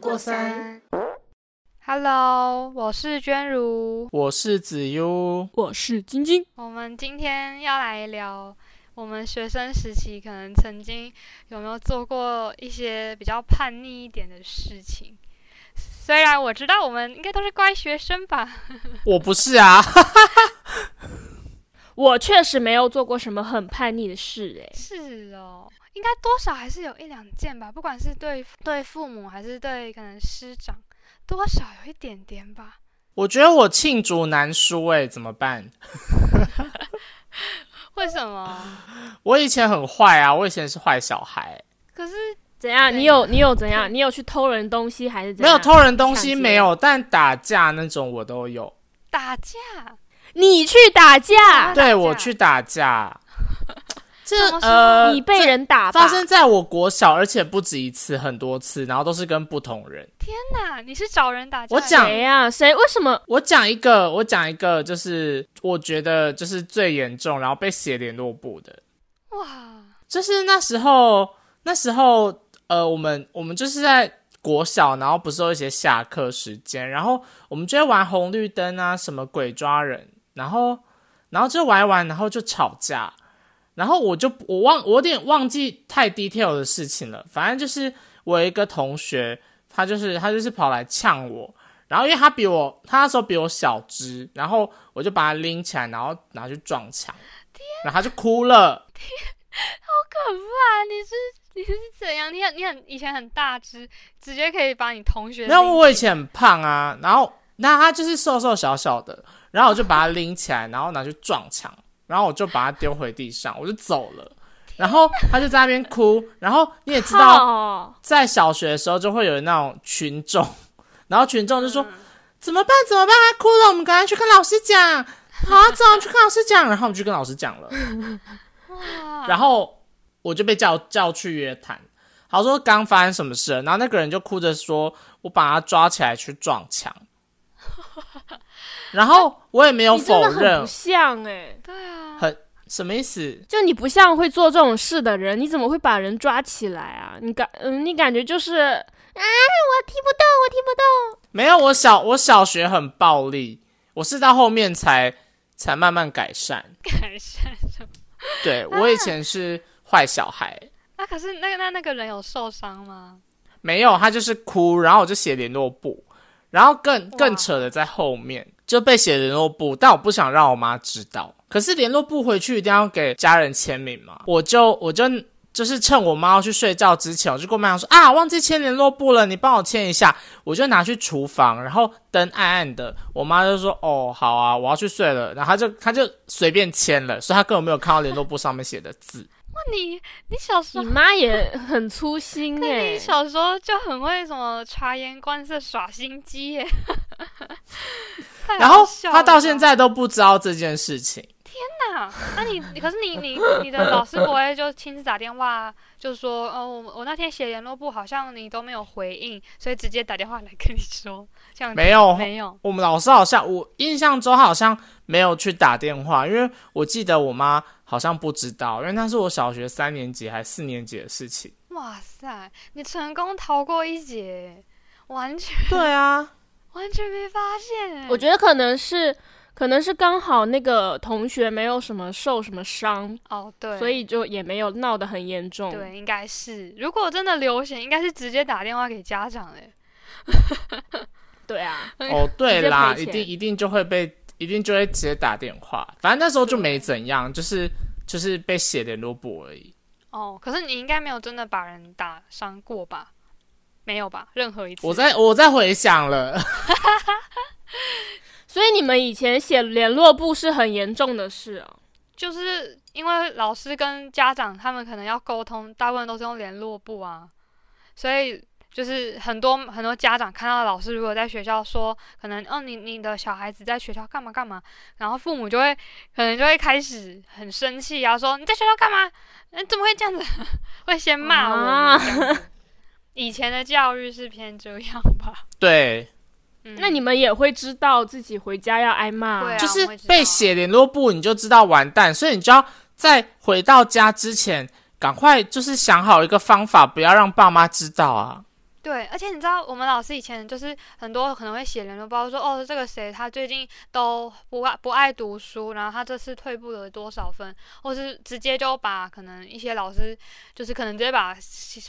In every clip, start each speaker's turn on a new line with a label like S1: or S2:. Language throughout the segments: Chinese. S1: 过三。
S2: Hello，我是娟如。
S1: 我是子悠，
S3: 我是晶晶，
S2: 我们今天要来聊我们学生时期可能曾经有没有做过一些比较叛逆一点的事情。虽然我知道我们应该都是乖学生吧，
S1: 我不是啊，
S3: 我确实没有做过什么很叛逆的事、欸，
S2: 是哦，应该多少还是有一两件吧，不管是对对父母还是对可能师长，多少有一点点吧。
S1: 我觉得我罄竹难书哎、怎么办？
S2: 为什么？
S1: 我以前很坏啊，我以前是坏小孩，
S2: 可是
S3: 怎样？
S2: 对
S3: 你有你有怎样？你有去偷人东西还是怎
S1: 没
S3: 样？
S1: 有偷人东西
S3: 抢劫
S1: 没有，但打架那种我都有。
S2: 打架
S3: 你去打架，
S2: 打架
S1: 对我去打架， 这
S2: 怎么说
S1: 呃，
S3: 你被
S1: 这
S3: 人打吧
S1: 发生在我国小，而且不止一次，很多次，然后都是跟不同人。
S2: 那啊你是找人打架？
S1: 我讲
S3: 谁呀、谁？为什么？
S1: 我讲一个，我讲一个，就是我觉得就是最严重，然后被写联络簿的，
S2: 哇，
S1: 就是那时候，那时候，呃，我们我们就是在国小，然后不是有一些下课时间，然后我们就会玩红绿灯啊，什么鬼抓人，然后然后就玩一玩，然后就吵架，然后我就我忘我有点忘记太 detail 的事情了，反正就是我有一个同学，他就是他就是跑来呛我。然后因为他比我，他那时候比我小只，然后我就把他拎起来，然后拿去撞墙，然后他就哭了。
S2: 可怕！你是你是怎样？你很你很以前很大只，直接可以把你同学
S1: 没有，
S2: 拎
S1: 我以前很胖啊，然后那他就是瘦瘦小小的，然后我就把他拎起来，然后拿去撞墙，然后我就把他丢回地上，我就走了。然后他就在那边哭，然后你也知道，
S3: 道？
S1: 在小学的时候就会有那种群众， 然后群众就说、怎么办怎么办，他哭了，我们赶快去跟老师讲。好啊，走，我们去跟老师讲。然后我们去跟老师讲了。
S2: 哇，
S1: 然后我就被叫叫去约谈，好说刚发生什么事了，然后那个人就哭着说，我把他抓起来去撞墙，然后我也没有
S3: 你真
S1: 否
S3: 的很
S1: 认
S3: 不，像哎、
S2: 对啊，
S1: 很什么意思？
S3: 就你不像会做这种事的人，你怎么会把人抓起来啊？你感嗯，你感觉就是啊，我听不懂，我听不懂。
S1: 没有，我小我小学很暴力，我是到后面才才慢慢改善。
S2: 改善什么？
S1: 对我以前是坏小孩，
S2: 那、啊可是那个那那个人有受伤吗？
S1: 没有，他就是哭，然后我就写联络簿，然后更
S2: 哇
S1: 更扯的在后面就被写联络簿，但我不想让我妈知道。可是联络簿回去一定要给家人签名嘛，我就我就就是趁我妈要去睡觉之前，我就跟我妈说啊，忘记签联络簿了，你帮我签一下。我就拿去厨房，然后灯暗暗的，我妈就说哦好啊，我要去睡了，然后她就她就随便签了，所以她根本没有看到联络簿上面写的字。
S2: 哇，你你小时
S3: 你
S1: 嗯
S2: 候，
S3: 妈也很粗心
S2: 那
S3: 哎、
S2: 你小时候就很会什么察言观色、耍心机耶。 太
S1: 然后
S2: 好笑
S1: 她到
S2: 了
S1: 现在都不知道这件事情。
S2: 那，那你你可是你你你的老师不会就亲自打电话，就说，哦，我我那天写联络簿好像你都没有回应，所以直接打电话来跟你说，这样子
S1: 没有
S2: 没有，
S1: 我们老师好像，我印象中好像没有去打电话，因为我记得我妈好像不知道，因为那是我小学三年级还是四年级的事情。
S2: 哇塞，你成功逃过一劫，完全
S1: 对啊，
S2: 完全没发现。欸
S3: 我觉得可能是，可能是刚好那个同学没有什么受什么伤，
S2: 得哦，对，
S3: 所以就也没有闹得很严重。
S2: 对，应该是，如果真的流血，应该是直接打电话给家长哎。
S3: 对啊，
S2: 嗯
S1: 哦对啦，
S3: 直接
S1: 一
S3: 赔钱
S1: 定一定就会被，一定就会直接打电话。反正那时候就没怎样，就是就是被写联络簿而已。
S2: 哦，可是你应该没有真的把人打伤过吧？没有吧？任何一次。
S1: 我在我在回想了，
S3: 所以你们以前写联络簿是很严重的事哦。
S2: 就是因为老师跟家长他们可能要沟通，大部分都是用联络簿啊，所以就是很多很多家长看到老师如果在学校说，可能哦你你的小孩子在学校干嘛干嘛，然后父母就会可能就会开始很生气啊，说你在学校干嘛？你怎么会这样子？ 会先骂我
S3: 啊
S2: 们这样子。以前的教育是偏这样吧？
S1: 对，
S2: 嗯、
S3: 那你们也会知道自己回家要挨骂。
S2: 对啊
S1: 就是
S2: 我会知道
S1: 被写联络簿，你就知道完蛋，所以你就要在回到家之前，赶快就是想好一个方法，不要让爸妈知道啊。
S2: 对，而且你知道，我们老师以前就是很多可能会写联络报，说哦，这个谁他最近都不爱不爱读书，然后他这次退步了多少分，或是直接就把可能一些老师就是可能直接把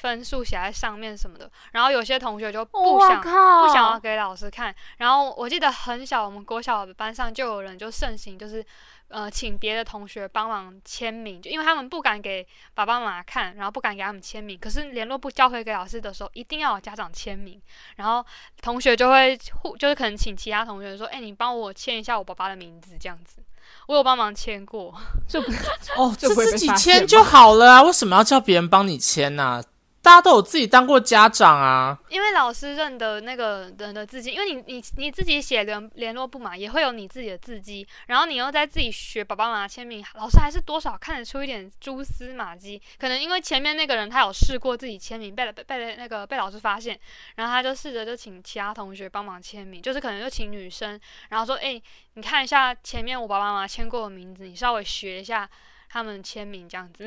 S2: 分数写在上面什么的，然后有些同学就不
S3: 我
S2: 想
S3: 靠，
S2: 不想要啊给老师看。然后我记得很小，我们国小的班上就有人就盛行，就是呃，请别的同学帮忙签名，就因为他们不敢给爸爸妈妈看，然后不敢给他们签名。可是联络簿交回给老师的时候，一定要有家长签名。然后同学就会互，就是可能请其他同学说：“哎、你帮我签一下我爸爸的名字。”这样子，我有帮忙签过。
S3: 就不
S1: 哦，就
S3: 就不会被
S1: 自己
S3: 发现
S1: 签
S3: 吗
S1: 就好了啊，为什么要叫别人帮你签呢、大家都有自己当过家长啊，
S2: 因为老师认得那个人的字迹，因为你你你自己写联联络簿嘛，也会有你自己的字迹，然后你又在自己学爸爸妈妈签名，老师还是多少看得出一点蛛丝马迹。可能因为前面那个人他有试过自己签名，被被被那个被老师发现，然后他就试着就请其他同学帮忙签名，就是可能就请女生，然后说，哎、你看一下前面我爸爸妈妈签过的名字，你稍微学一下。他们签名这样子，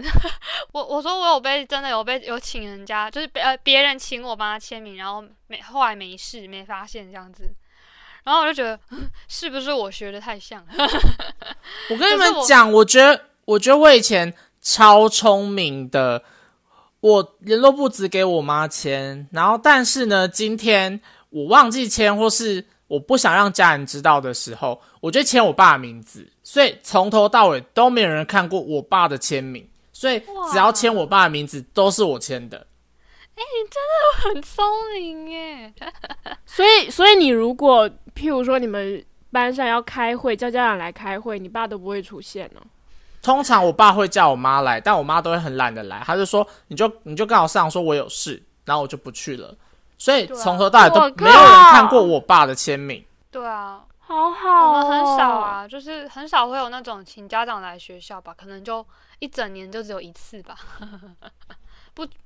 S2: 我我说我有被真的有被有请人家，就是被呃别人请我帮他签名，然后没后来没事没发现这样子，然后我就觉得嗯是不是我学的太像了？
S1: 我跟你
S2: 可
S1: 们
S2: 是我
S1: 讲，我觉得，我觉得我以前超聪明的，我联络簿只给我妈签，然后但是呢，今天我忘记签，或是我不想让家人知道的时候，我就签我爸的名字，所以从头到尾都没有人看过我爸的签名，所以只要签我爸的名字都是我签的。
S2: 很聪明耶，
S3: 所以，所以你如果譬如说你们班上要开会，叫家长来开会，你爸都不会出现哦呢、
S1: 通常我爸会叫我妈来，但我妈都会很懒得来，她就说你就你就跟我上说我有事，然后我就不去了。所以
S2: 对啊
S1: 从头到尾都
S3: 我靠
S1: 没有人看过我爸的签名。
S2: 对啊，
S3: 好好、
S2: 我们很少。
S3: 哦
S2: 啊，就是很少会有那种请家长来学校吧，可能就一整年就只有一次吧。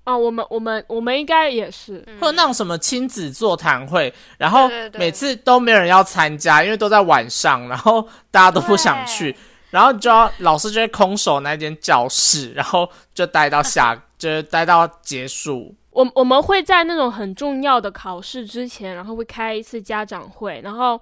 S3: 啊，我们我们我们应该也是，
S2: 嗯
S1: 或哦者那种什么亲子座谈会，然后
S2: 对对对
S1: 每次都没有人要参加，因为都在晚上，然后大家都不
S2: 嗯
S1: 想去，然后就要老师就会空手那间教室，然后就待到下，就是待到结束。
S3: 我我们会在那种很重要的考试之前，然后会开一次家长会，然后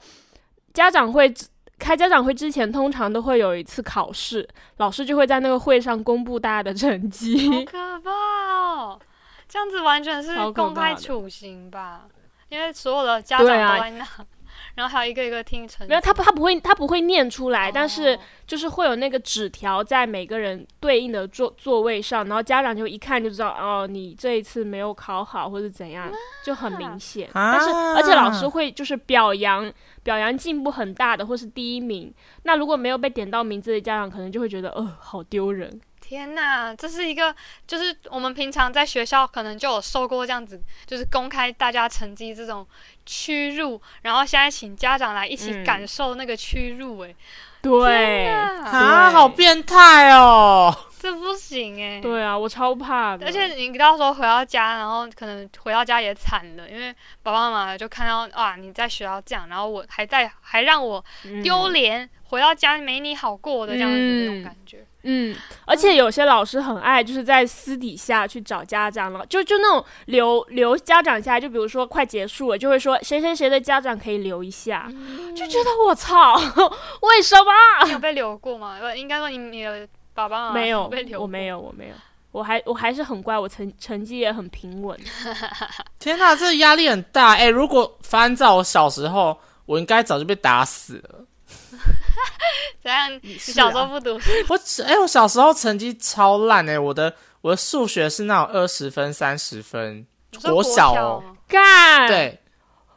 S3: 家长会之开家长会之前，通常都会有一次考试，老师就会在那个会上公布大家的成
S2: 好
S3: 绩。
S2: 可怕哦！这样子完全是
S3: 超可
S2: 公
S3: 怕
S2: 开
S3: 的
S2: 处刑吧？因为所有的家长
S3: 对啊
S2: 都在那， 然后还有一个一个听成绩。
S3: 没有，他不他不会他不会念出来，但是
S2: 哦
S3: 就是会有那个纸条在每个人对应的座座位上，然后家长就一看就知道，哦，你这一次没有考好或者怎样，就很明显。但是
S1: 啊
S3: 而且老师会就是表扬表扬进步很大的或是第一名，那如果没有被点到名字的家长，可能就会觉得，呃，好丢人。
S2: 天呐，这是一个，就是我们平常在学校可能就有受过这样子，就是公开大家成绩这种屈辱，然后现在请家长来一起
S3: 嗯
S2: 感受那个屈辱、欸，
S3: 对，
S2: 哎、
S1: 啊，
S3: 对
S1: 好变态哦！
S2: 这不行哎、
S3: 对啊，我超怕的。
S2: 而且你到时候回到家，然后可能回到家也惨了，因为爸爸妈妈就看到啊你在学校这样，然后我还带还让我
S3: 嗯
S2: 丢脸，回到家没你好过的这样子那种
S3: 嗯
S2: 感觉。
S3: 嗯，而且有些老师很爱，就是在私底下去找家长了，就就那种留留家长下来，就比如说快结束了，就会说谁谁谁的家长可以留一下，
S2: 嗯
S3: 就觉得我操， 为什么
S2: 你有被留过吗？不，应该说你你的爸爸妈妈
S3: 没有
S2: 啊被？留
S3: 我
S2: 过
S3: 没有，我没有，我还我还是很乖，我成成绩也很平稳。
S1: 天呐，这压力很大哎、如果发生在我小时候，我应该早就被打死了。
S2: 怎样？你
S3: 是
S2: 小时候
S3: 啊
S2: 不读
S1: 我只哎、我小时候成绩超烂哎、我的我的数学是那种二十分、三十分，
S2: 你说
S1: 国
S2: 小
S1: 小
S2: 哦
S1: 哦，
S3: 干，，
S1: 对，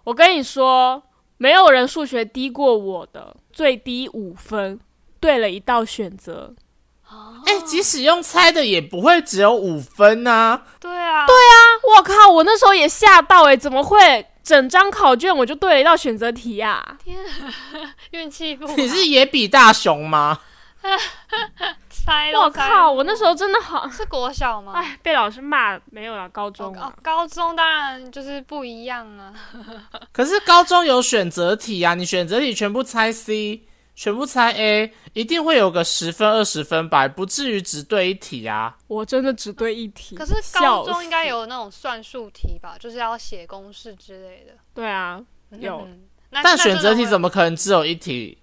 S3: 我跟你说，没有人数学低过我的，最低五分，对了一道选择，
S1: 哎、即使用猜的也不会只有五分呐、
S2: 对啊，对
S3: 我靠！我那时候也吓到诶、怎么会整张考卷我就对了一道选择题啊呀、
S2: 运气不好，
S1: 你是野比大雄吗？
S2: 猜都
S3: 我
S2: 猜
S3: 靠！
S2: 不
S3: 我那时候真的好，
S2: 是国小吗？
S3: 哎，被老师骂没有了，高中
S2: 啊哦
S3: 啊，，
S2: 高中当然就是不一样啊。
S1: 可是高中有选择题啊，你选择题全部猜 C，全部猜 A，一定会有个十分二十分吧，也不至于只对一题啊。
S3: 我真的只对一题，
S2: 可是高
S3: 嗯笑
S2: 中
S3: 死
S2: 应该有那种算术题吧，就是要写公式之类的。
S3: 对啊，有
S2: 嗯那
S1: 但选择题怎
S2: 么
S1: 么可能只有一题？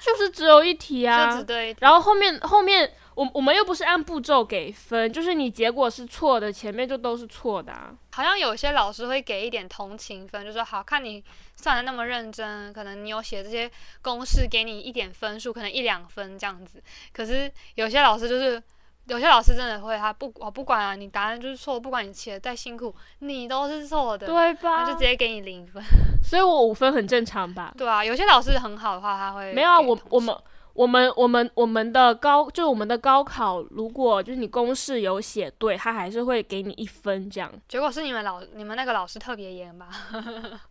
S3: 就是只有一题啊，
S2: 就只对一题？
S3: 然后后面后面，我我们又不是按步骤给分，就是你结果是错的，前面就都是错的、啊。
S2: 好像有些老师会给一点同情分，就说好看你算的那么认真，可能你有写这些公式，给你一点分数，可能一两分这样子。可是有些老师就是，有些老师真的会，他不我不管啊，你答案就是错，不管你写的再辛苦，你都是错的，
S3: 对啊
S2: 然后
S3: 吧
S2: 就直？接给你零分。
S3: 所以我五分很正常吧？
S2: 对啊，有些老师很好的话，他会
S3: 没有啊，
S2: 给
S3: 我
S2: 同
S3: 我
S2: 情
S3: 们我们我们我们的高就我们的高考，如果就是你公式有写对，他还是会给你一分这样。
S2: 结果是你们老你们那个老师特别严吧？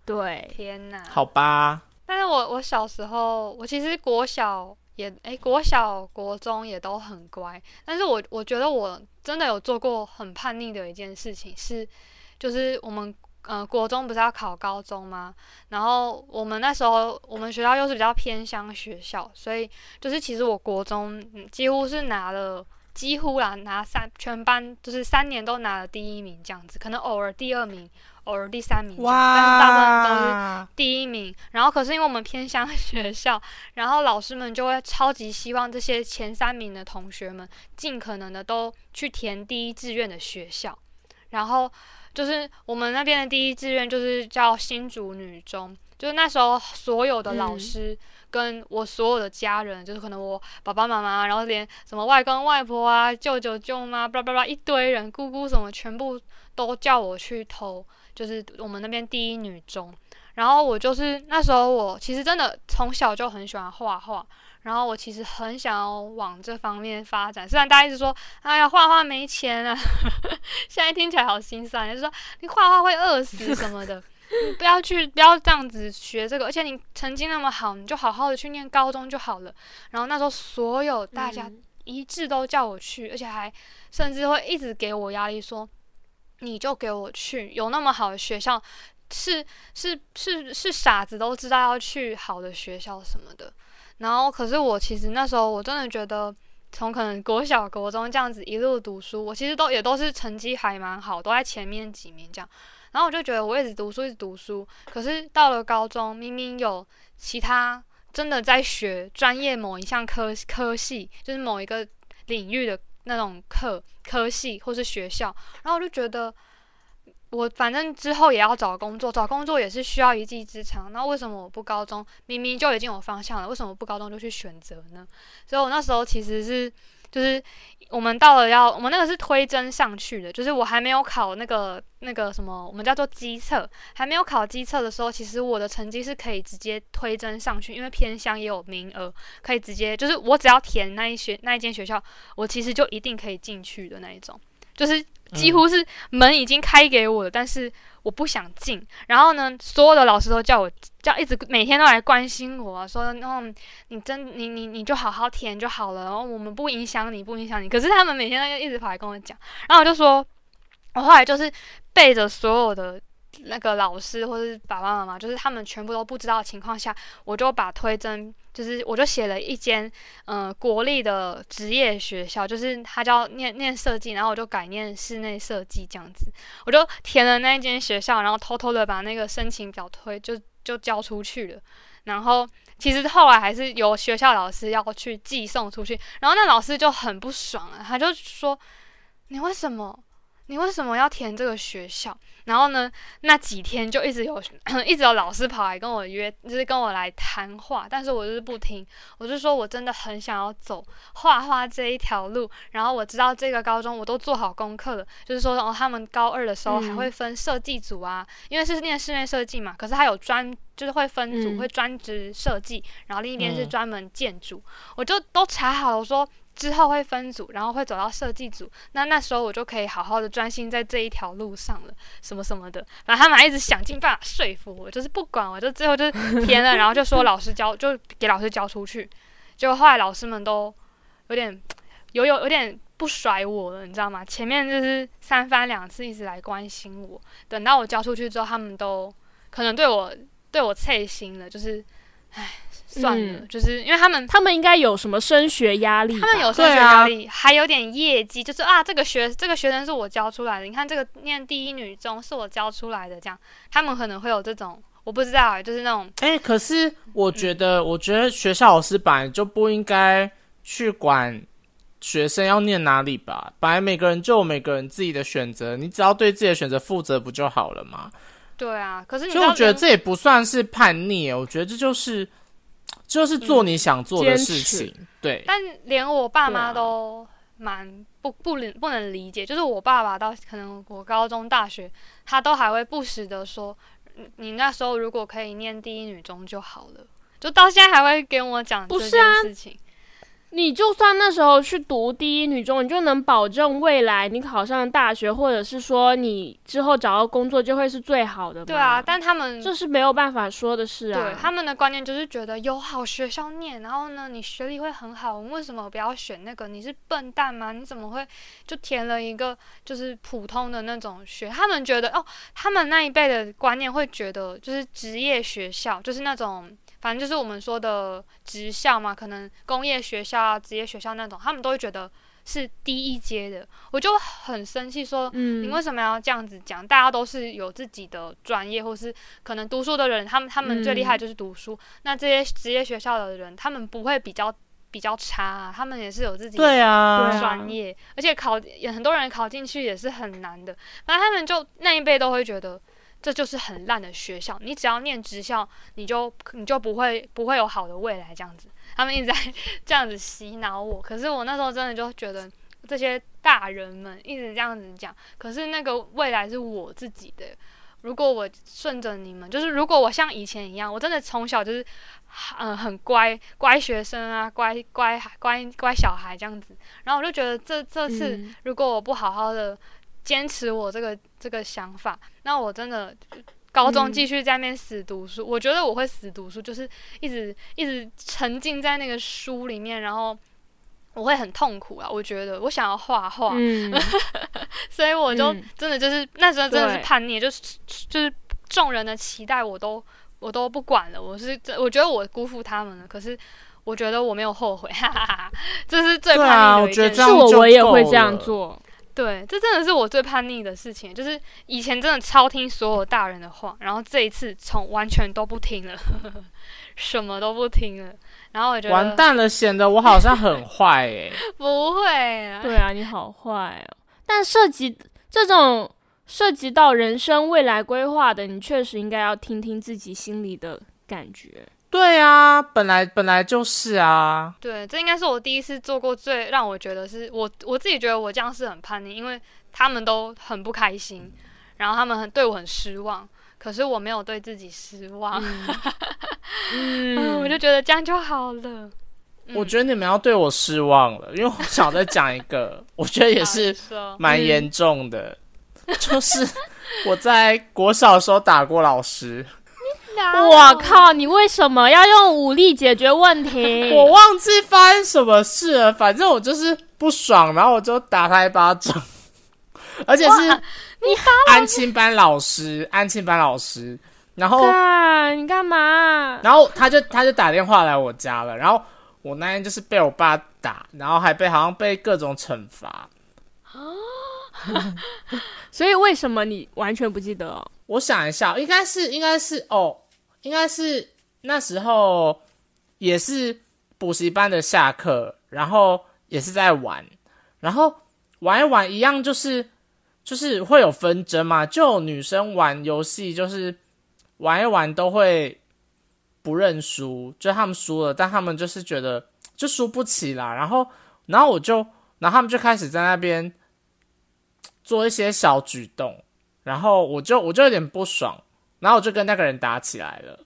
S3: 对，
S2: 天哪！
S1: 好吧，
S2: 但是我我小时候，我其实国小也诶、国小国中也都很乖，但是我我觉得我真的有做过很叛逆的一件事情是，就是我们呃国中不是要考高中吗？然后我们那时候我们学校又是比较偏乡学校，所以就是其实我国中嗯几乎是拿了。几乎啦，拿三全班就是三年都拿了第一名这样子，可能偶尔第二名，偶尔第三名这样，但是大部分都是
S1: 哇，
S2: 第一名，然后可是因为我们偏乡学校，然后老师们就会超级希望这些前三名的同学们尽可能的都去填第一志愿的学校，然后就是我们那边的第一志愿就是叫新竹女中，就是那时候所有的老
S3: 嗯
S2: 师跟我所有的家人，就是可能我爸爸妈妈，然后连什么外公外婆啊、舅舅舅妈，巴拉巴拉一堆人，姑姑什么，全部都叫我去投，就是我们那边第一女中。然后我就是那时候我其实真的从小就很喜欢画画，然后我其实很想要往这方面发展。虽然大家一直说，哎呀，画画没钱啊， 现在听起来好心酸，就说你画画会饿死什么的。你不要去，不要这样子学这个，而且你成绩那么好，你就好好的去念高中就好了。然后那时候所有大家
S3: 嗯
S2: 一致都叫我去，而且还甚至会一直给我压力说，你就给我去，有那么好的学校，是是是是傻子都知道要去好的学校什么的。然后可是我其实那时候我真的觉得。从可能国小、国中这样子一路读书，我其实都也都是成绩还蛮好，都在前面几名这样。然后我就觉得我一直读书，一直读书，可是到了高中，明明有其他真的在学专业某一项科科系，就是某一个领域的那种课科系或是学校，然后我就觉得我反正之后也要找工作，找工作也是需要一技之长，那为什么我不高中明明就已经有方向了，为什么不高中就去选择呢？所以我那时候其实是就是我们到了要我们那个是推甄上去的，就是我还没有考那个那个什么，我们叫做机测，还没有考机测的时候，其实我的成绩是可以直接推甄上去，因为偏乡也有名额，可以直接就是我只要填那一学那一间学校，我其实就一定可以进去的那一种，就是几乎是门已经开给我了，但是我不想进。然后呢，所有的老师都叫我叫一直每天都来关心我、啊，说嗯，你真你你你就好好填就好了，然后我们不影响你，不影响你。可是他们每天都一直跑来跟我讲，然后我就说，我后来就是背着所有的。那个老师或是爸爸妈妈，就是他们全部都不知道的情况下，我就把推甄，就是我就写了一间嗯、呃国立的职业学校，就是他叫念念设计，然后我就改念室内设计这样子，我就填了那一间学校，然后偷偷的把那个申请表推就就交出去了，然后其实后来还是由学校老师要去寄送出去，然后那老师就很不爽啊，他就说你为什么？你为什么要填这个学校？然后呢，那几天就一直有 一直有老师跑来跟我约，就是跟我来谈话，但是我就是不听，我就说我真的很想要走画画这一条路，然后我知道这个高中我都做好功课了，就是说哦，他们高二的时候还
S3: 嗯
S2: 会分设计组啊，因为是念室内设计嘛，可是它有专就是会分组，
S3: 嗯
S2: 会专职设计，然后另一边是
S1: 嗯
S2: 专门建筑，我就都查好了，我说之后会分组，然后会走到设计组，那那时候我就可以好好的专心在这一条路上了，什么什么的。反正他们还一直想尽办法说服我，就是不管我，就最后就是填了，然后就说老师交，就给老师交出去。结果后来老师们都有点有有有点不甩我了，你知道吗？前面就是三番两次一直来关心我，等到我交出去之后，他们都可能对我对我脆心了，就是算了，
S1: 嗯
S2: 就是因为他们
S3: 他们应该有什么升学压力吧？
S2: 他们有升学
S1: 对啊
S2: 压力，还有点业绩，就是啊，这个学这个学生是我教出来的，你看这个念第一女中是我教出来的，这样他们可能会有这种，我不知道欸，就是那种
S1: 哎、可是我觉得，我觉得学校老师本来就不应该去管学生要念哪里吧。本来每个人就有每个人自己的选择，你只要对自己的选择负责不就好了嘛？
S2: 对啊，可是你知
S1: 所以我
S2: 道
S1: 觉得
S2: 人，
S1: 这也不算是叛逆，我觉得这就是就是做你想做的事情。对，
S2: 嗯但连我爸
S3: 对啊
S2: 妈都蛮不不能不能理解，就是我爸爸到可能我高中大学，他都还会不时的说，你你那时候如果可以念第一女中就好了，就到现在还会跟我讲
S3: 不
S2: 这
S3: 是
S2: 件
S3: 啊
S2: 事情。
S3: 你就算那时候去读第一女中，你就能保证未来你考上大学，或者是说你之后找到工作就会是最好的嘛。
S2: 对啊，但他们
S3: 这是没有办法说的事啊。
S2: 对他们的观念就是觉得有好学校念，然后呢，你学历会很好，你为什么不要选那个？你是笨蛋吗？你怎么会就填了一个就是普通的那种学？他们觉得哦，他们那一辈的观念会觉得就是职业学校，就是那种反正就是我们说的职校嘛，可能工业学校啊、职业学校那种，他们都会觉得是低一阶的。我就很生气说，
S3: 嗯，
S2: 你为什么要这样子讲？大家都是有自己的专业，或是可能读书的人，他们他们最
S1: 嗯
S2: 厉害就是读书。那这些职业学校的人，他们不会比较比较差、啊，他们也是有自己的
S1: 对啊，
S3: 对啊
S2: 专业，而且考也很多人考进去也是很难的。反正他们就那一辈都会觉得。这就是很烂的学校，你只要念职校，你就你就不会不会有好的未来这样子。他们一直在 这样子洗脑我，可是我那时候真的就觉得这些大人们一直这样子讲，可是那个未来是我自己的。如果我顺着你们，就是如果我像以前一样，我真的从小就是，嗯、很乖乖学生啊，乖乖乖乖小孩这样子。然后我就觉得这这次
S3: 嗯
S2: 如果我不好好的坚持我这个这个想法，那我真的高中
S3: 嗯
S2: 继续在那边死读书，我觉得我会死读书，就是一直一直沉浸在那个书里面，然后我会很痛苦啊。我觉得我想要画画，
S3: 嗯，
S2: 所以我就
S3: 嗯
S2: 真的就是、那时候真的
S3: 对
S2: 是叛逆，就是就是众人的期待我都我都不管了，我是我觉得我辜负他们了，可是。我觉得我没有后悔，哈哈哈，这是最
S1: 对
S2: 叛
S1: 啊
S2: 逆
S1: 我
S2: 的一
S1: 觉得
S2: 件
S1: 这
S2: 事
S1: 样
S3: 是我
S1: 就
S3: 我也
S1: 够
S3: 会这样
S1: 了
S3: 做。
S2: 对，这真的是我最叛逆的事情，就是以前真的超听所有大人的话，然后这一次从完全都不听了， 什么都不听了。然后我觉得
S1: 完，蛋了，显得我好像很坏哎、
S2: 不会啊，
S3: 对啊，你好坏哦。但涉及这种涉及到人生未来规划的，你确实应该要听听自己心里的感觉。
S1: 对啊，本来本来就是啊。
S2: 对，这应该是我第一次做过最让我觉得是我我自己觉得我这样是很叛逆，因为他们都很不开心，然后他们很对我很失望，可是我没有对自己失望，
S3: 嗯
S2: 我就觉得这样就好了。
S1: 我觉得你们要对我失望了，因为我想再讲一个，我觉得
S2: 得
S1: 也是
S2: 说，
S1: 蛮严重的，就是我在国小的时候打过老师，
S3: 我，
S2: 啊
S3: 靠！你为什么要用武力解决问题？
S1: 我忘记发生什么事了，反正我就是不爽，然后我就打他一巴掌，而且是安亲班老师，安亲班老师，然后
S3: 干你干嘛？
S1: 然后他就他就打电话来我家了，然后我那天就是被我爸打，然后还被好像被各种惩罚。
S3: 所以为什么你完全不记得、哦？
S1: 我想一下，应该是应该是哦，应该是那时候也是补习班的下课，然后也是在玩，然后玩一玩一样就是就是会有纷争嘛，就有女生玩游戏就是玩一玩都会不认输，就他们输了，但他们就是觉得就输不起啦，然后然后我就然后他们就开始在那边做一些小举动。然后我就我就有点不爽，然后我就跟那个人打起来了，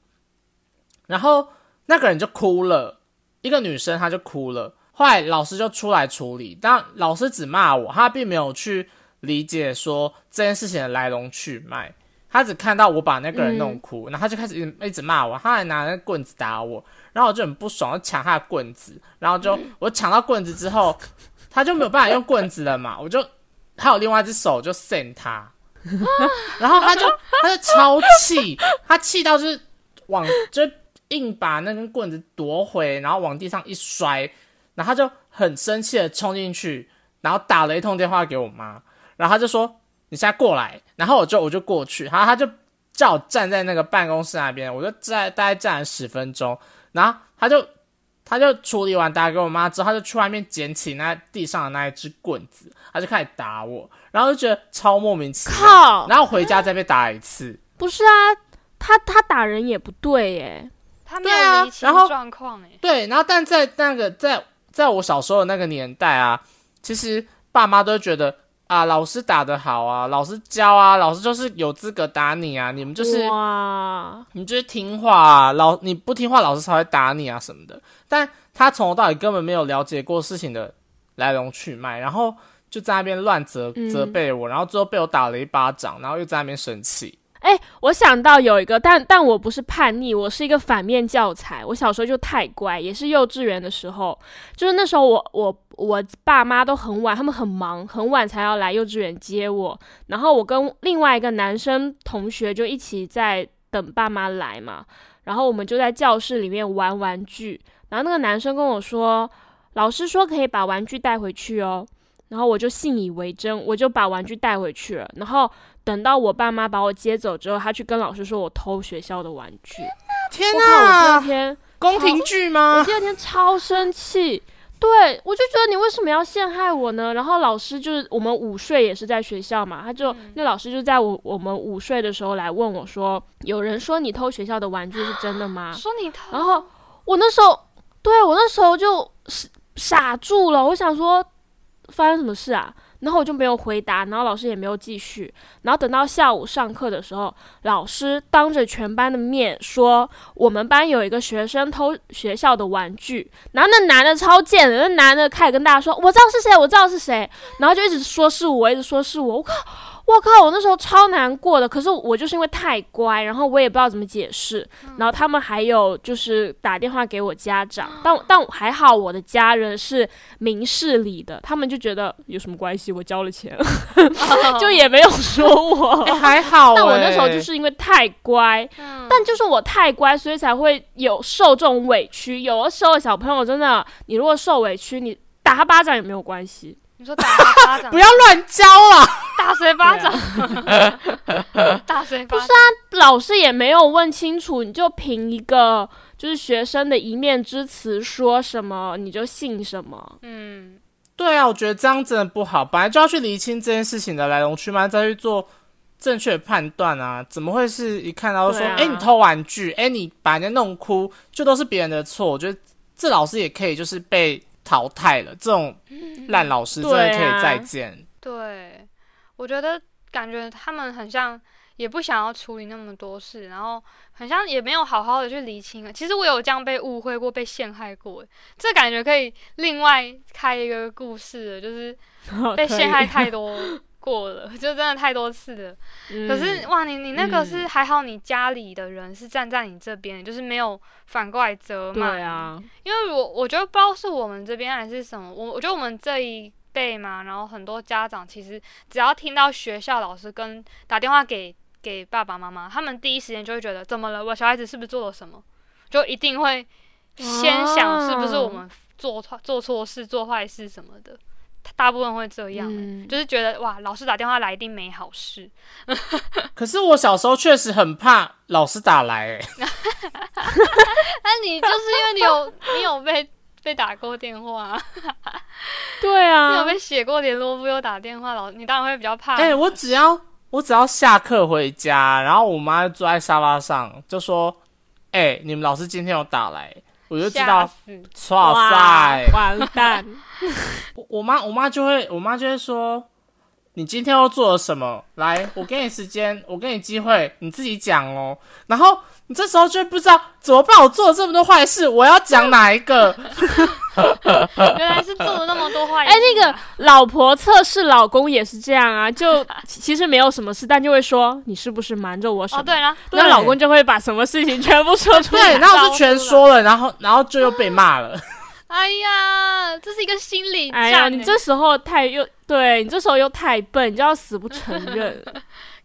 S1: 然后那个人就哭了，一个女生她就哭了，后来老师就出来处理，但老师只骂我，他并没有去理解说这件事情的来龙去脉，他只看到我把那个人弄哭，然后他就开始一直一直骂我，他还拿那棍子打我，然后我就很不爽，就抢他的棍子，然后就我抢到棍子之后，他就没有办法用棍子了嘛，我就还有另外一只手就扇他。然后他就他就超气，他气到就是往就硬把那根棍子夺回，然后往地上一摔，然后他就很生气的冲进去，然后打了一通电话给我妈，然后他就说你现在过来，然后我就我就过去，然后他就叫我站在那个办公室那边，我就站大概站了十分钟，然后他就他就处理完打给我妈之后，他就去外面捡起那地上的那一只棍子，他就开始打我，然后就觉得超莫名其妙，
S3: 靠，
S1: 然后回家再被打一次。
S3: 不是啊，他他打人也不对耶，
S2: 他没
S1: 对啊
S2: 有厘清
S1: 然后
S2: 状况哎，
S1: 对，然后但在那个在在我小时候的那个年代啊，其实爸妈都觉得啊，老师打得好啊，老师教啊，老师就是有资格打你啊，你们就是
S3: 哇，
S1: 你就是听话啊，老你不听话，老师才会打你啊什么的。但他从头到尾根本没有了解过事情的来龙去脉，然后就在那边乱责
S3: 嗯
S1: 责备我，然后最后被我打了一巴掌，然后又在那边生气。
S3: 哎、我想到有一个，但但我不是叛逆，我是一个反面教材。我小时候就太乖，也是幼稚园的时候，就是那时候我我我爸妈都很晚，他们很忙，很晚才要来幼稚园接我。然后我跟另外一个男生同学就一起在等爸妈来嘛，然后我们就在教室里面玩玩具。然后那个男生跟我说，老师说可以把玩具带回去哦。然后我就信以为真，我就把玩具带回去了。然后等到我爸妈把我接走之后，他去跟老师说我偷学校的玩具。
S1: 天
S3: 我靠！我第二
S1: 哪，啊
S3: 天，
S1: 宫廷剧吗
S3: 我？第二天超生气。对，我就觉得你为什么要陷害我呢？然后老师就是我们午睡也是在学校嘛，他就、那老师就在我我们午睡的时候来问我说，有人说你偷学校的玩具是真的
S1: 啊
S3: 吗？
S2: 说你偷，
S3: 然后我那时候，对我那时候就傻傻住了，我想说发生什么事啊？然后我就没有回答，然后老师也没有继续。然后等到下午上课的时候，老师当着全班的面说，我们班有一个学生偷学校的玩具。然后那男的超贱的，那男的开始跟大家说，我知道是谁，我知道是谁。然后就一直说是我，一直说是我。我靠，我靠，我那时候超难过的。可是我就是因为太乖，然后我也不知道怎么解释。然后他们还有就是打电话给我家 长，但但还好我的家人是明事理的，他们就觉得有什么关系，我交了钱， 就也没有说 我
S1: 哎、。还好、欸。
S3: 哦但我那时候就是因为太乖，
S2: 嗯
S3: 但就是我太乖，所以才会有受这种委屈。有的时候小朋友真的，你如果受委屈，你打他巴掌也没有关系。
S2: 你说打他巴 掌，啊
S1: 不要乱教啊！
S2: 打谁巴掌？ 打谁巴掌？
S3: 老师也没有问清楚，你就凭一个就是学生的一面之词说什么你就信什么。
S2: 嗯，
S1: 对啊，我觉得这样真的不好，本来就要去厘清这件事情的来龙去脉，再去做正确的判断啊！怎么会是一看到就说，
S3: 对啊
S1: 哎、你偷玩具，哎、你把人家弄哭，就都是别人的错？我觉得这老师也可以就是被淘汰了，这种烂老师真的可
S3: 对啊
S1: 以再见。
S2: 对，我觉得感觉他们很像，也不想要处理那么多事，然后很像也没有好好的去理清。其实我有这样被误会过、被陷害过，欸这感觉可以另外开一个故事了，就是
S3: 哦
S2: 被陷害太多过了， 就真的太多次了。
S3: 嗯
S2: 可是哇，你你那个是还好，你家里的人是站在你这边，就是没有反过来责骂。
S3: 对，啊，
S2: 因为我我觉得不知道是我们这边还是什么，我我觉得我们这一辈嘛，然后很多家长其实只要听到学校老师跟打电话给给爸爸妈妈，他们第一时间就会觉得怎么了，我小孩子是不是做了什么，就一定会先想是不是我们做错做错事、做坏事什么的，大部分会这样欸、
S3: 嗯
S2: 就是觉得哇，老师打电话来一定没好事，
S1: 可是我小时候确实很怕老师打来、哎，
S2: 但你就是因为你有 你有被被打过电话啊，
S3: 对
S2: 你有
S3: 啊，
S2: 被写过联络簿，又打电话，老你当然会比较怕。
S1: 哎、我只要我只要下课回家，然后我妈就坐在沙发上就说，哎、你们老师今天有打来，我就知
S2: 吓
S1: 道，
S2: 死！
S1: 哇塞，
S3: 完 蛋，
S1: 我我妈我妈就会我妈就会说，你今天又做了什么？来，我给你时间，我给你机会，你自己讲哦。然后你这时候就不知道怎么办，我做了这么多坏事，我要讲哪一 个？
S2: 原来是做了那么多坏事、
S3: 呃 哎，那个老婆测试老公也是这样啊，就其其实没有什么事，但就会说你是不是瞒着我什
S2: 哦，
S3: 么？
S2: 对啦，
S3: 那
S1: 对
S3: 老公就会把什么事情全部说出
S1: 对，
S3: 来。
S1: 然后我就全说了，然后然后就又被骂了。
S2: 哎呀，这是一个心理战、
S3: 哎呀，你
S2: 哎
S3: 这时候太幼对你这时候又太笨，你就要死不承认。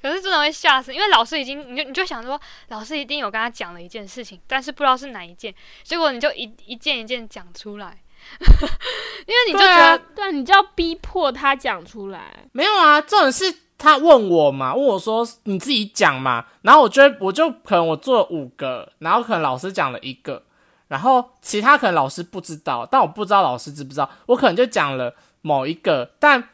S2: 可是真的会吓死，因为老师已经，你就你就想说，老师一定有跟他讲了一件事情，但是不知道是哪一件，结果你就一一件一件讲出来， 因为你就觉
S1: 对
S2: 得
S1: 啊
S3: 对，你就要逼迫他讲出来。
S1: 没有啊，这种是他问我嘛，问我说你自己讲嘛，然后我就会我就可能我做了五个，然后可能老师讲了一个，然后其他可能老师不知道，但我不知道老师知不知道，我可能就讲了某一个，但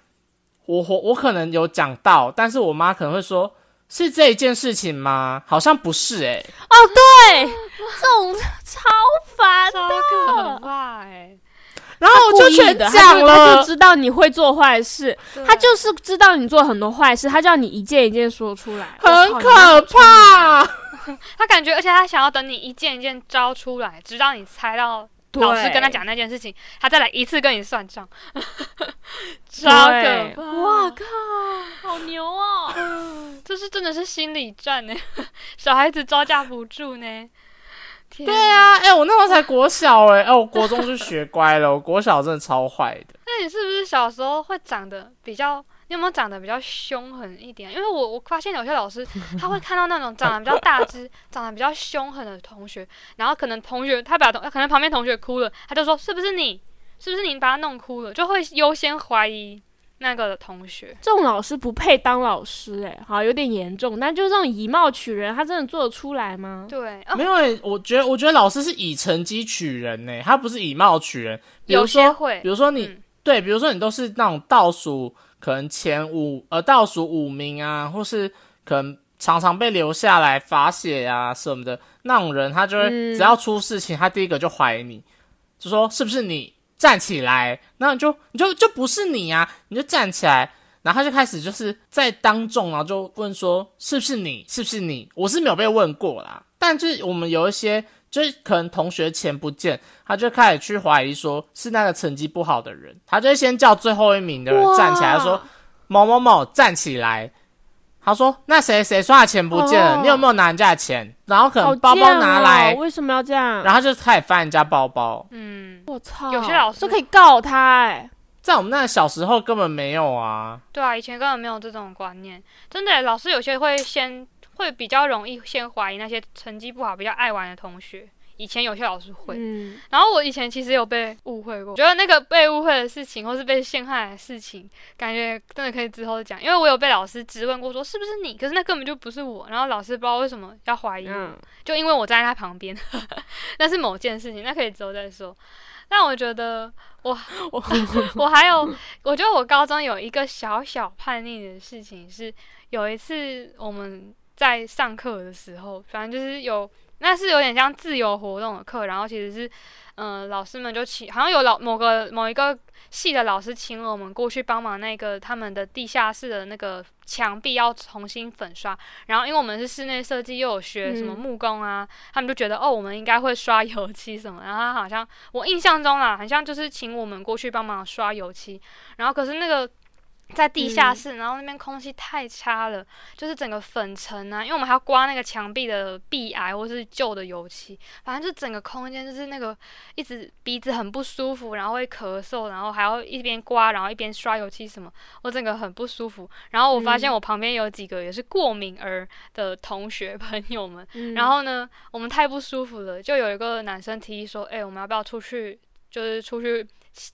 S1: 我我我可能有讲到，但是我妈可能会说。是这一件事情吗？好像不是欸诶、
S3: 哦，对， 这种超烦
S2: 超可
S3: 的。
S2: 怕哎、
S1: 然后我就全
S3: 的，他
S1: 讲
S3: 就他就
S1: 了，
S3: 知道你会做坏事，
S2: 对
S3: 他就是知道你做很多坏事，他叫你一件一件说出来，
S1: 很
S3: 我靠
S1: 可怕。
S2: 他感觉，而且他想要等你一件一件招出来，直到你猜到老师跟他，讲那件事情，他再来一次跟你算账， 超可
S3: 对
S2: 怕！
S3: 哇靠，好牛哦！
S2: 这是真的是心理战呢， 小孩子招架不住呢。天
S1: 对啊，哎、我那时候才国小哎、哎、我国中就学乖了，我国小真的超坏的。
S2: 那你是不是小时候会长得比较？你有没有长得比较凶狠一点？因为我我发现有些老师他会看到那种长得比较大只、长得比较凶狠的同学，然后可能同学他把同可能旁边同学哭了，他就说是不是你？是不是你把他弄哭了？就会优先怀疑那个同学。
S3: 这种老师不配当老师、哎，好有点严重，但就是这种以貌取人，他真的做得出来吗？
S2: 对，哦
S1: 没，有、欸，我觉得我觉得老师是以成绩取人呢、他不是以貌取人。比
S2: 有
S1: 如
S2: 些
S1: 说，
S2: 会
S1: 比，如说你、
S2: 嗯
S1: 对，比如说你都是那种倒数可能前五呃倒数五名啊，或是可能常常被留下来罚写啊什么的那种人，他就会、
S3: 嗯
S1: 只要出事情，他第一个就怀疑你，就说是不是你站起来，那你就你就就不是你啊，你就站起来。然后他就开始就是在当众，然后就问说是不是你，是不是你？我是没有被问过啦，但就是我们有一些，就是可能同学钱不见，他就开始去怀疑说是那个成绩不好的人，他就会先叫最后一名的人
S3: 哇
S1: 站起来他说某某某站起来。他说：“那谁谁说他钱不见了？
S3: 哦
S1: 你有没有拿人家的钱？然后可
S3: 好
S1: 能包包
S3: 贱
S1: 拿
S3: 哦
S1: 来，
S3: 为什么要这样？
S1: 然后他就开始翻人家包包。
S2: 嗯，
S3: 我操，
S2: 有些老师
S3: 就可以告他、哎，
S1: 在我们那个小时候根本没有啊。
S2: 对啊，以前根本没有这种观念，真的耶，老师有些会先会比较容易先怀疑那些成绩不好、比较爱玩的同学。以前有些老师会，
S3: 嗯，
S2: 然后我以前其实有被误会过，觉得那个被误会的事情或是被陷害的事情，感觉真的可以之后讲，因为我有被老师质问过说是不是你，可是那根本就不是我，然后老师不知道为什么要怀疑我，
S3: 嗯
S2: 就因为我站在他旁边， 那是某件事情，那可以之后再说。但我觉得我我 我还有，我觉得我高中有一个小小叛逆的事情是，有一次我们在上课的时候，反正就是有那是有点像自由活动的课，然后其实是嗯、呃老师们就请，好像有老某个某一个系的老师请我们过去帮忙那个他们的地下室的那个墙壁要重新粉刷，然后因为我们是室内设计，又有学什么
S3: 嗯
S2: 木工啊，他们就觉得哦，我们应该会刷油漆什么。然后他好像我印象中啦，好像就是请我们过去帮忙刷油漆。然后可是那个在地下
S3: 嗯
S2: 室，然后那边空气太差了，就是整个粉尘啊，因为我们还要刮那个墙壁的壁癌或是旧的油漆，反正就整个空间就是那个一直鼻子很不舒服，然后会咳嗽，然后还要一边刮，然后一边刷油漆什么，我整个很不舒服。然后我发现
S3: 嗯
S2: 我旁边有几个也是过敏儿的同学 朋友们，
S3: 嗯
S2: 然后呢，我们太不舒服了，就有一个男生提议说：“哎、我们要不要出去，就是出去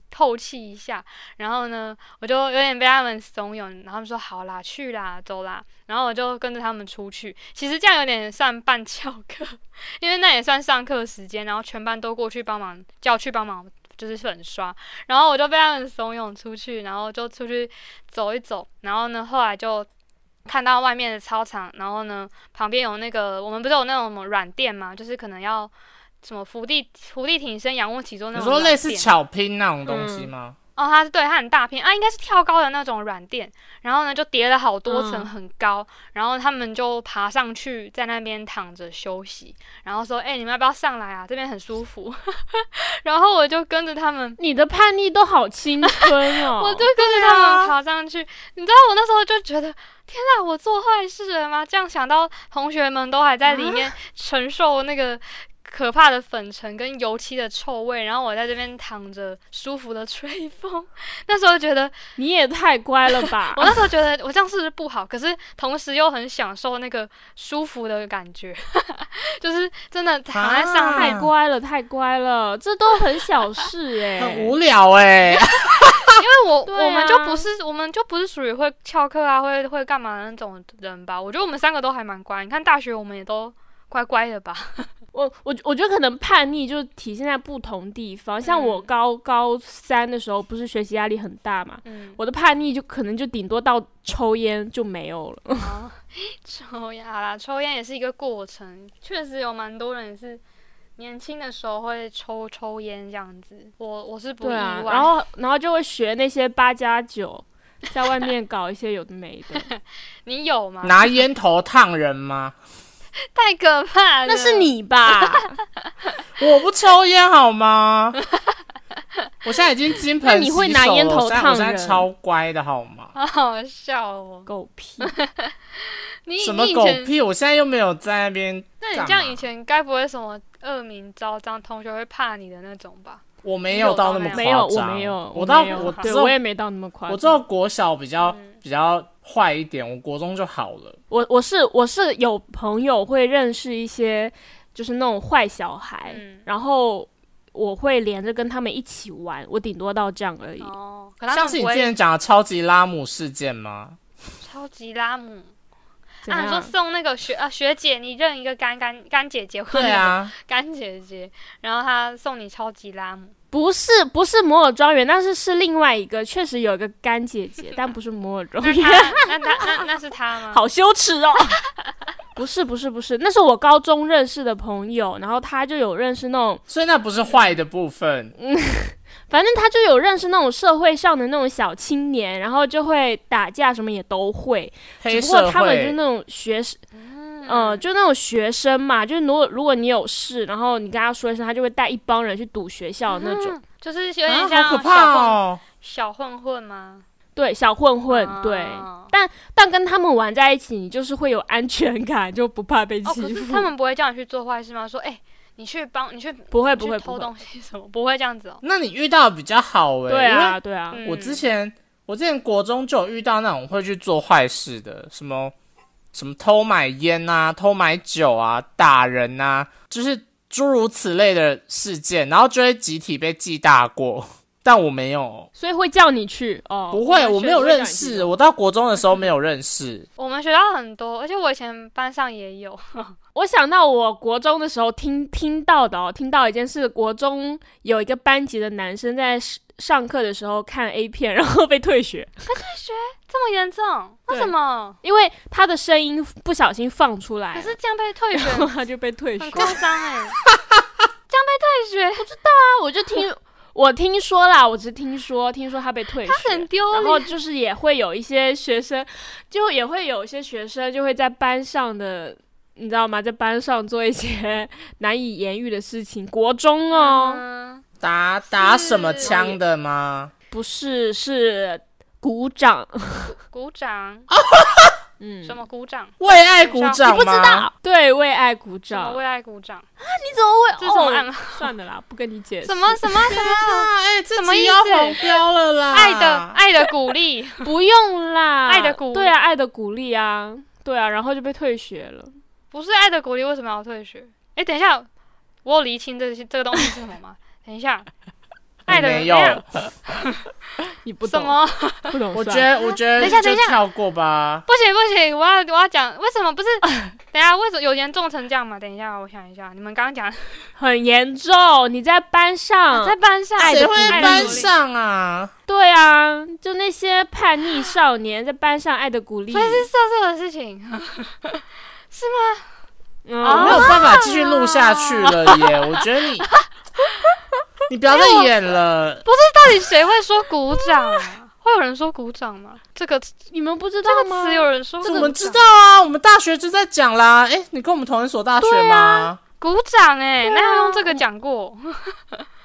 S2: 透气一下？”然后呢，我就有点被他们怂恿，然后他们说：“好啦，去啦，走啦。”然后我就跟着他们出去。其实这样有点算半翘课，因为那也算上课时间，然后全班都过去帮忙，叫去帮忙。就是粉刷，然后我就被他们怂恿出去，然后就出去走一走，然后呢，后来就看到外面的操场，然后呢，旁边有那个我们不是有那种什么软垫嘛，就是可能要什么伏地伏地挺身、仰卧起坐那
S1: 你
S2: 种
S1: 说
S2: 软
S1: 类似
S2: 垫
S1: 巧拼那种东西吗？
S2: 哦，它是对它很大片啊，应该是跳高的那种软垫，然后呢就叠了好多层，
S3: 嗯
S2: 很高，然后他们就爬上去，在那边躺着休息，然后说：“哎、你们要不要上来啊？这边很舒服。” 然后我就跟着他们
S3: 你的叛逆都好青春哦，
S2: 我就跟着他们爬上去。你知道我那时候就觉得，天啊，
S3: 啊
S2: 我做坏事了吗？这样想到同学们都还在里面承受那个可怕的粉尘跟油漆的臭味，然后我在这边躺着，舒服的吹风。 那时候觉得，
S3: 你也太乖了 吧
S2: 我！那时候觉得我这样是不是不好？可是同时又很享受那个舒服的感觉， 就是真的躺在上
S1: 啊
S2: 面，
S3: 太乖了，太乖了，这都很小事哎、
S1: 很无聊哎、
S2: 因为我、
S3: 对啊
S2: 我们就不是我们就不是属于会翘课啊，会会干嘛的那种人吧。我觉得我们三个都还蛮乖，你看大学我们也都乖乖的吧。
S3: 我我我觉得可能叛逆就是体现在不同地方，像我
S2: 嗯
S3: 高高三的时候，不是学习压力很大嘛，
S2: 嗯，
S3: 我的叛逆就可能就顶多到抽烟就没有了。
S2: 啊，抽烟好啦，抽烟也是一个过程，确实有蛮多人也是年轻的时候会抽抽烟这样子。我我是不意
S3: 对
S2: 外，
S3: 啊，然后然后就会学那些八加九，在外面搞一些有的没的，
S2: 你有吗？
S1: 拿烟头烫人吗？
S2: 太可怕了，
S3: 那是你吧？
S1: 我不抽烟好 吗？我现在已经金盆
S3: 那你会拿
S1: 洗手了
S3: 烟头
S1: 我现在
S3: 烫
S1: 我现在
S3: 人啊
S1: 超乖的好吗？
S2: 好好笑哦。
S3: 狗屁！
S2: 你
S1: 什么
S2: 你以
S1: 狗
S2: 前，
S1: 屁！我现在又没有在那边，
S2: 那你
S1: 干
S2: 这样
S1: 嘛
S2: 以前该不会什么恶名昭彰，同学会怕你的那种吧？
S1: 我没
S2: 有
S1: 到
S2: 到
S1: 那么
S2: 那
S1: 夸张。
S3: 没有，我没有，
S1: 我到
S3: 没有
S1: 我
S3: 对
S1: 只有
S3: 我也没到那么夸张。
S1: 我只有国小比较
S2: 嗯
S1: 比较坏一点，我国中就好了。
S3: 我我是我是有朋友会认识一些就是那种坏小孩，
S2: 嗯
S3: 然后我会连着跟他们一起玩，我顶多到这样而已。
S2: 哦，可他
S1: 像
S2: 们
S1: 是
S2: 不
S1: 你之
S2: 会
S1: 前讲的超级拉姆事件吗？
S2: 超级拉姆
S3: 怎
S2: 啊，
S3: 样？
S2: 你说送那个学啊学姐，你认一个干干干姐姐，
S1: 对，啊，
S2: 干姐姐，然后她送你超级拉姆。
S3: 不是不是摩尔庄园，但是是另外一个，确实有一个干 姐姐，但不是摩尔庄
S2: 那
S3: 园，
S2: 他那他那那是他吗？，
S3: 好羞耻哦。不是不是不是，那是我高中认识的朋友，然后他就有认识那种，
S1: 所以那不是坏的部分。
S3: 反正他就有认识那种社会上的那种小青年，然后就会打架什么也都会，
S1: 黑
S3: 只不过
S1: 社
S3: 他们就
S1: 会
S3: 是那种学生，嗯、就那种学生嘛，就是如果如果你有事，然后你跟他说一声，他就会带一帮人去堵学校的那种。
S2: 嗯就是有
S1: 啊，
S2: 点像小
S1: 好
S2: 混、
S1: 可怕哦！
S2: 小混混吗？
S3: 对，小混混，对。
S2: 哦，
S3: 但跟他们玩在一起，你就是会有安全感，就不怕被
S2: 哦
S3: 欺
S2: 可是
S3: 负。
S2: 他们不会叫你去做坏事吗？说，哎、你去帮，你去不
S3: 不会不会不
S2: 偷
S3: 会，
S2: 东西什么？不会这样子哦。
S1: 那你遇到比较好哎、
S3: 对啊对啊，
S1: 因
S2: 嗯
S1: 为我之前、我之前国中就有遇到那种会去做坏事的，什么什么偷买烟啊、偷买酒啊、打人啊，就是诸如此类的事件，然后就会集体被记大过。 但我没有，
S3: 所以会叫你去哦。
S1: 不会，我没有认
S3: 学
S1: 识。
S3: 生会
S1: 我到国中的时候没有认识，
S2: 我们学校很多，而且我以前班上也有。
S3: 我想到我国中的时候听听到的哦，听到一件事，国中有一个班级的男生在上上课的时候看 A 片，然后被退学。
S2: 这么严重？为
S3: 对
S2: 什么？
S3: 因为他的声音不小心放出来
S2: 可
S3: 了，
S2: 是这样被退学，
S3: 哎然后 他就被退学。
S2: 很
S3: 那
S2: 夸张哎！这样被退 学，
S3: 我就听 我听说啦，我只听说，听说他被退
S2: 他
S3: 学
S2: 很。丢
S3: 然
S2: 脸。
S3: 后就是也会有一些学生，就也会有一些学生就会在班上的，你知道吗？在班上做一些难以言喻的事情。国中哦，
S2: 嗯，
S1: 打打什么枪的吗？
S3: 不是是鼓掌，
S2: 鼓掌，
S3: 哦嗯，
S2: 什么鼓掌？
S1: 为爱鼓掌吗？
S3: 不知道，嗯对，为爱鼓
S2: 什么
S3: 掌。
S2: 为爱鼓掌？
S3: 你怎么
S2: 这是什么暗
S3: 哦，
S2: 号？
S3: 算了啦，不跟你解释。
S2: 什么什么什么？
S1: 啊，哎、这
S2: 什么
S1: 集
S2: 意
S1: 要
S2: 思
S1: 红标了啦！
S2: 爱
S3: 啊
S2: 的爱的鼓励，
S3: 不用啦，
S2: 爱的鼓
S3: 对啊，爱的鼓励啊，对啊，然后就被退学了。
S2: 不是爱的鼓励，为什么要退学？诶，等一下，我有厘清这些这个东西是什么吗？等一 下，爱的
S1: 没有
S2: 怎样
S3: 你不
S2: 什
S3: 懂，
S2: 么？
S3: 不懂算了，
S1: 我觉得，我觉得
S2: 等一下
S1: 就
S2: 等一下
S1: 跳过吧。
S2: 不行不行，我要我要讲为什么不 是？等一下为什么有严重成这样吗？等一下，我想一下，你们刚刚讲
S3: 很严重。你在班上，
S2: 在班上，
S3: 嗯爱
S1: 谁
S3: 的
S1: 会
S3: 鼓励
S1: 在
S2: 爱的
S1: 班
S2: 鼓励
S1: 上啊？
S3: 对啊，就那些叛逆少年在班上爱的鼓励，
S2: 所以是色色的事情， 哦
S3: 嗯
S1: 我
S2: 啊
S1: 没有办法继续录下去了耶！ 我觉得 你，你不要再演了。
S2: 到底谁会说鼓掌啊？会有人说鼓掌吗？这个这
S3: 你们不知道
S2: 个
S3: 吗？
S2: 词有人说
S1: 这
S2: 鼓
S1: 我
S2: 掌，
S1: 们知道啊，我们大学就在讲啦。哎、你跟我们同一所大学吗？
S2: 鼓掌哎、
S3: 对啊
S2: 那要用这个讲过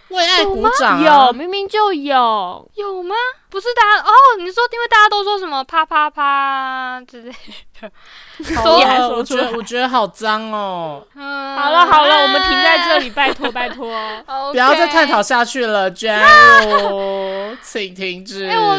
S1: 为爱鼓掌、啊、
S3: 有，明明就有。
S2: 有吗？不是大家哦，你说因为大家都说什么么啪啪啪之类
S3: 好
S2: 说
S3: 你还
S1: 哦我
S3: 说出
S1: 觉
S3: 来
S1: 得。我觉得好脏哦，
S2: 嗯，
S3: 好了好了，我们停在这里，拜托拜托。
S2: 啊。
S1: 不要再
S2: OK
S1: 探讨下 去了，娟如，请停止。
S2: 哎、我我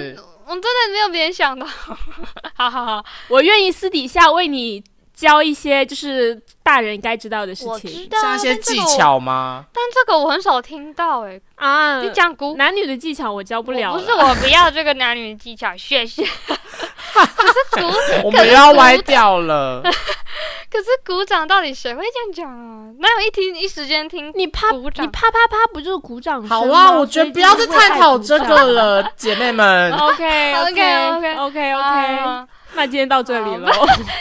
S2: 真的没有联想到， 好好好，
S3: 我愿意私底下为你教一些就是大人该知道的事
S2: 我知
S3: 情
S2: 道啊
S1: 像一些
S2: 但这
S1: 技
S2: 个我
S1: 巧呃吗？
S2: 但这个我很少听到哎、
S3: 啊。
S2: 你讲古
S3: 男女的技巧我教不了
S2: 我
S3: 了，
S2: 不是我不要这个男女技巧，谢 谢。可是鼓，
S1: 我
S2: 可
S1: 们
S2: 是
S1: 又要
S2: 鼓
S1: 歪掉了。
S2: 可是鼓掌到底谁会这样讲啊？哪有一听一时间听
S3: 你啪
S2: 鼓掌
S3: 你啪啪啪不就是鼓掌声吗
S1: 好啦，我觉得不要再探讨这 个。了，姐妹们。
S2: 哦
S3: OK OK OK
S2: 啊
S3: OK，那今天到这里了。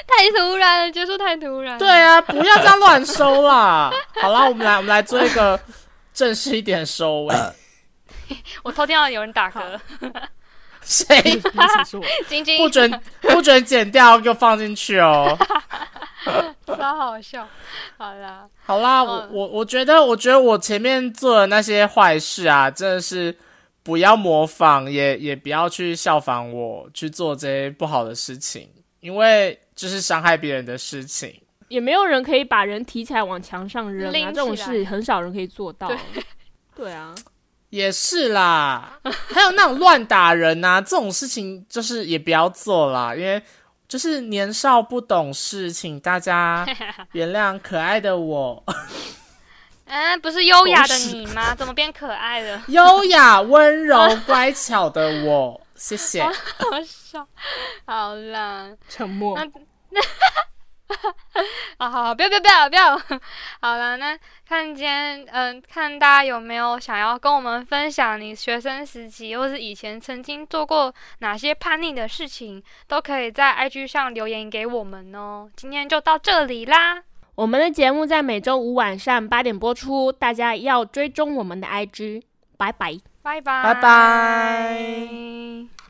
S2: 太突然了，结束太突然。
S1: 对，啊，不要这样乱收啦。好啦，我们来我们来做一个正式一点的收尾。
S2: 我偷听到有人打嗝，
S1: 谁
S2: 晶
S1: 不
S2: 晶
S1: 准不准剪掉，给我放进去哦。
S2: 超好笑。好啦，
S1: 好
S3: 嗯
S1: 啦，我我我觉得，我觉得我前面做的那些坏事啊，真的是不要模仿，也也不要去效仿我去做这些不好的事情，因为这是伤害别人的事情。
S3: 也没有人可以把人提起来往墙上扔
S2: 拎
S3: 啊，
S2: 起
S3: 这种
S2: 来
S3: 事很少人可以做到
S2: 对。
S3: 对啊，
S1: 也是 啦，还有那种乱打人呐、这种事情就是也不要做啦，因为就是年少不懂事，请大 家原谅可爱的我，
S2: 嗯，不是优雅的
S1: 狗屎
S2: 你吗？怎么变可爱 了？
S1: 优雅、温柔、乖巧的我，谢谢。
S2: 好笑。好啦，
S3: 沉默
S2: 那啊，好好，不要不要不要不要， 好了，那看今天，嗯、看大家有没有想要跟我们分享你学生时期或是以前曾经做过哪些叛逆的事情，都可以在 IG 上留言给我们哦。今天就到这里啦，
S3: 我们的节目在每周五晚上八点播出，大家要追踪我们的 IG。拜拜。
S2: 拜拜，
S1: 拜拜。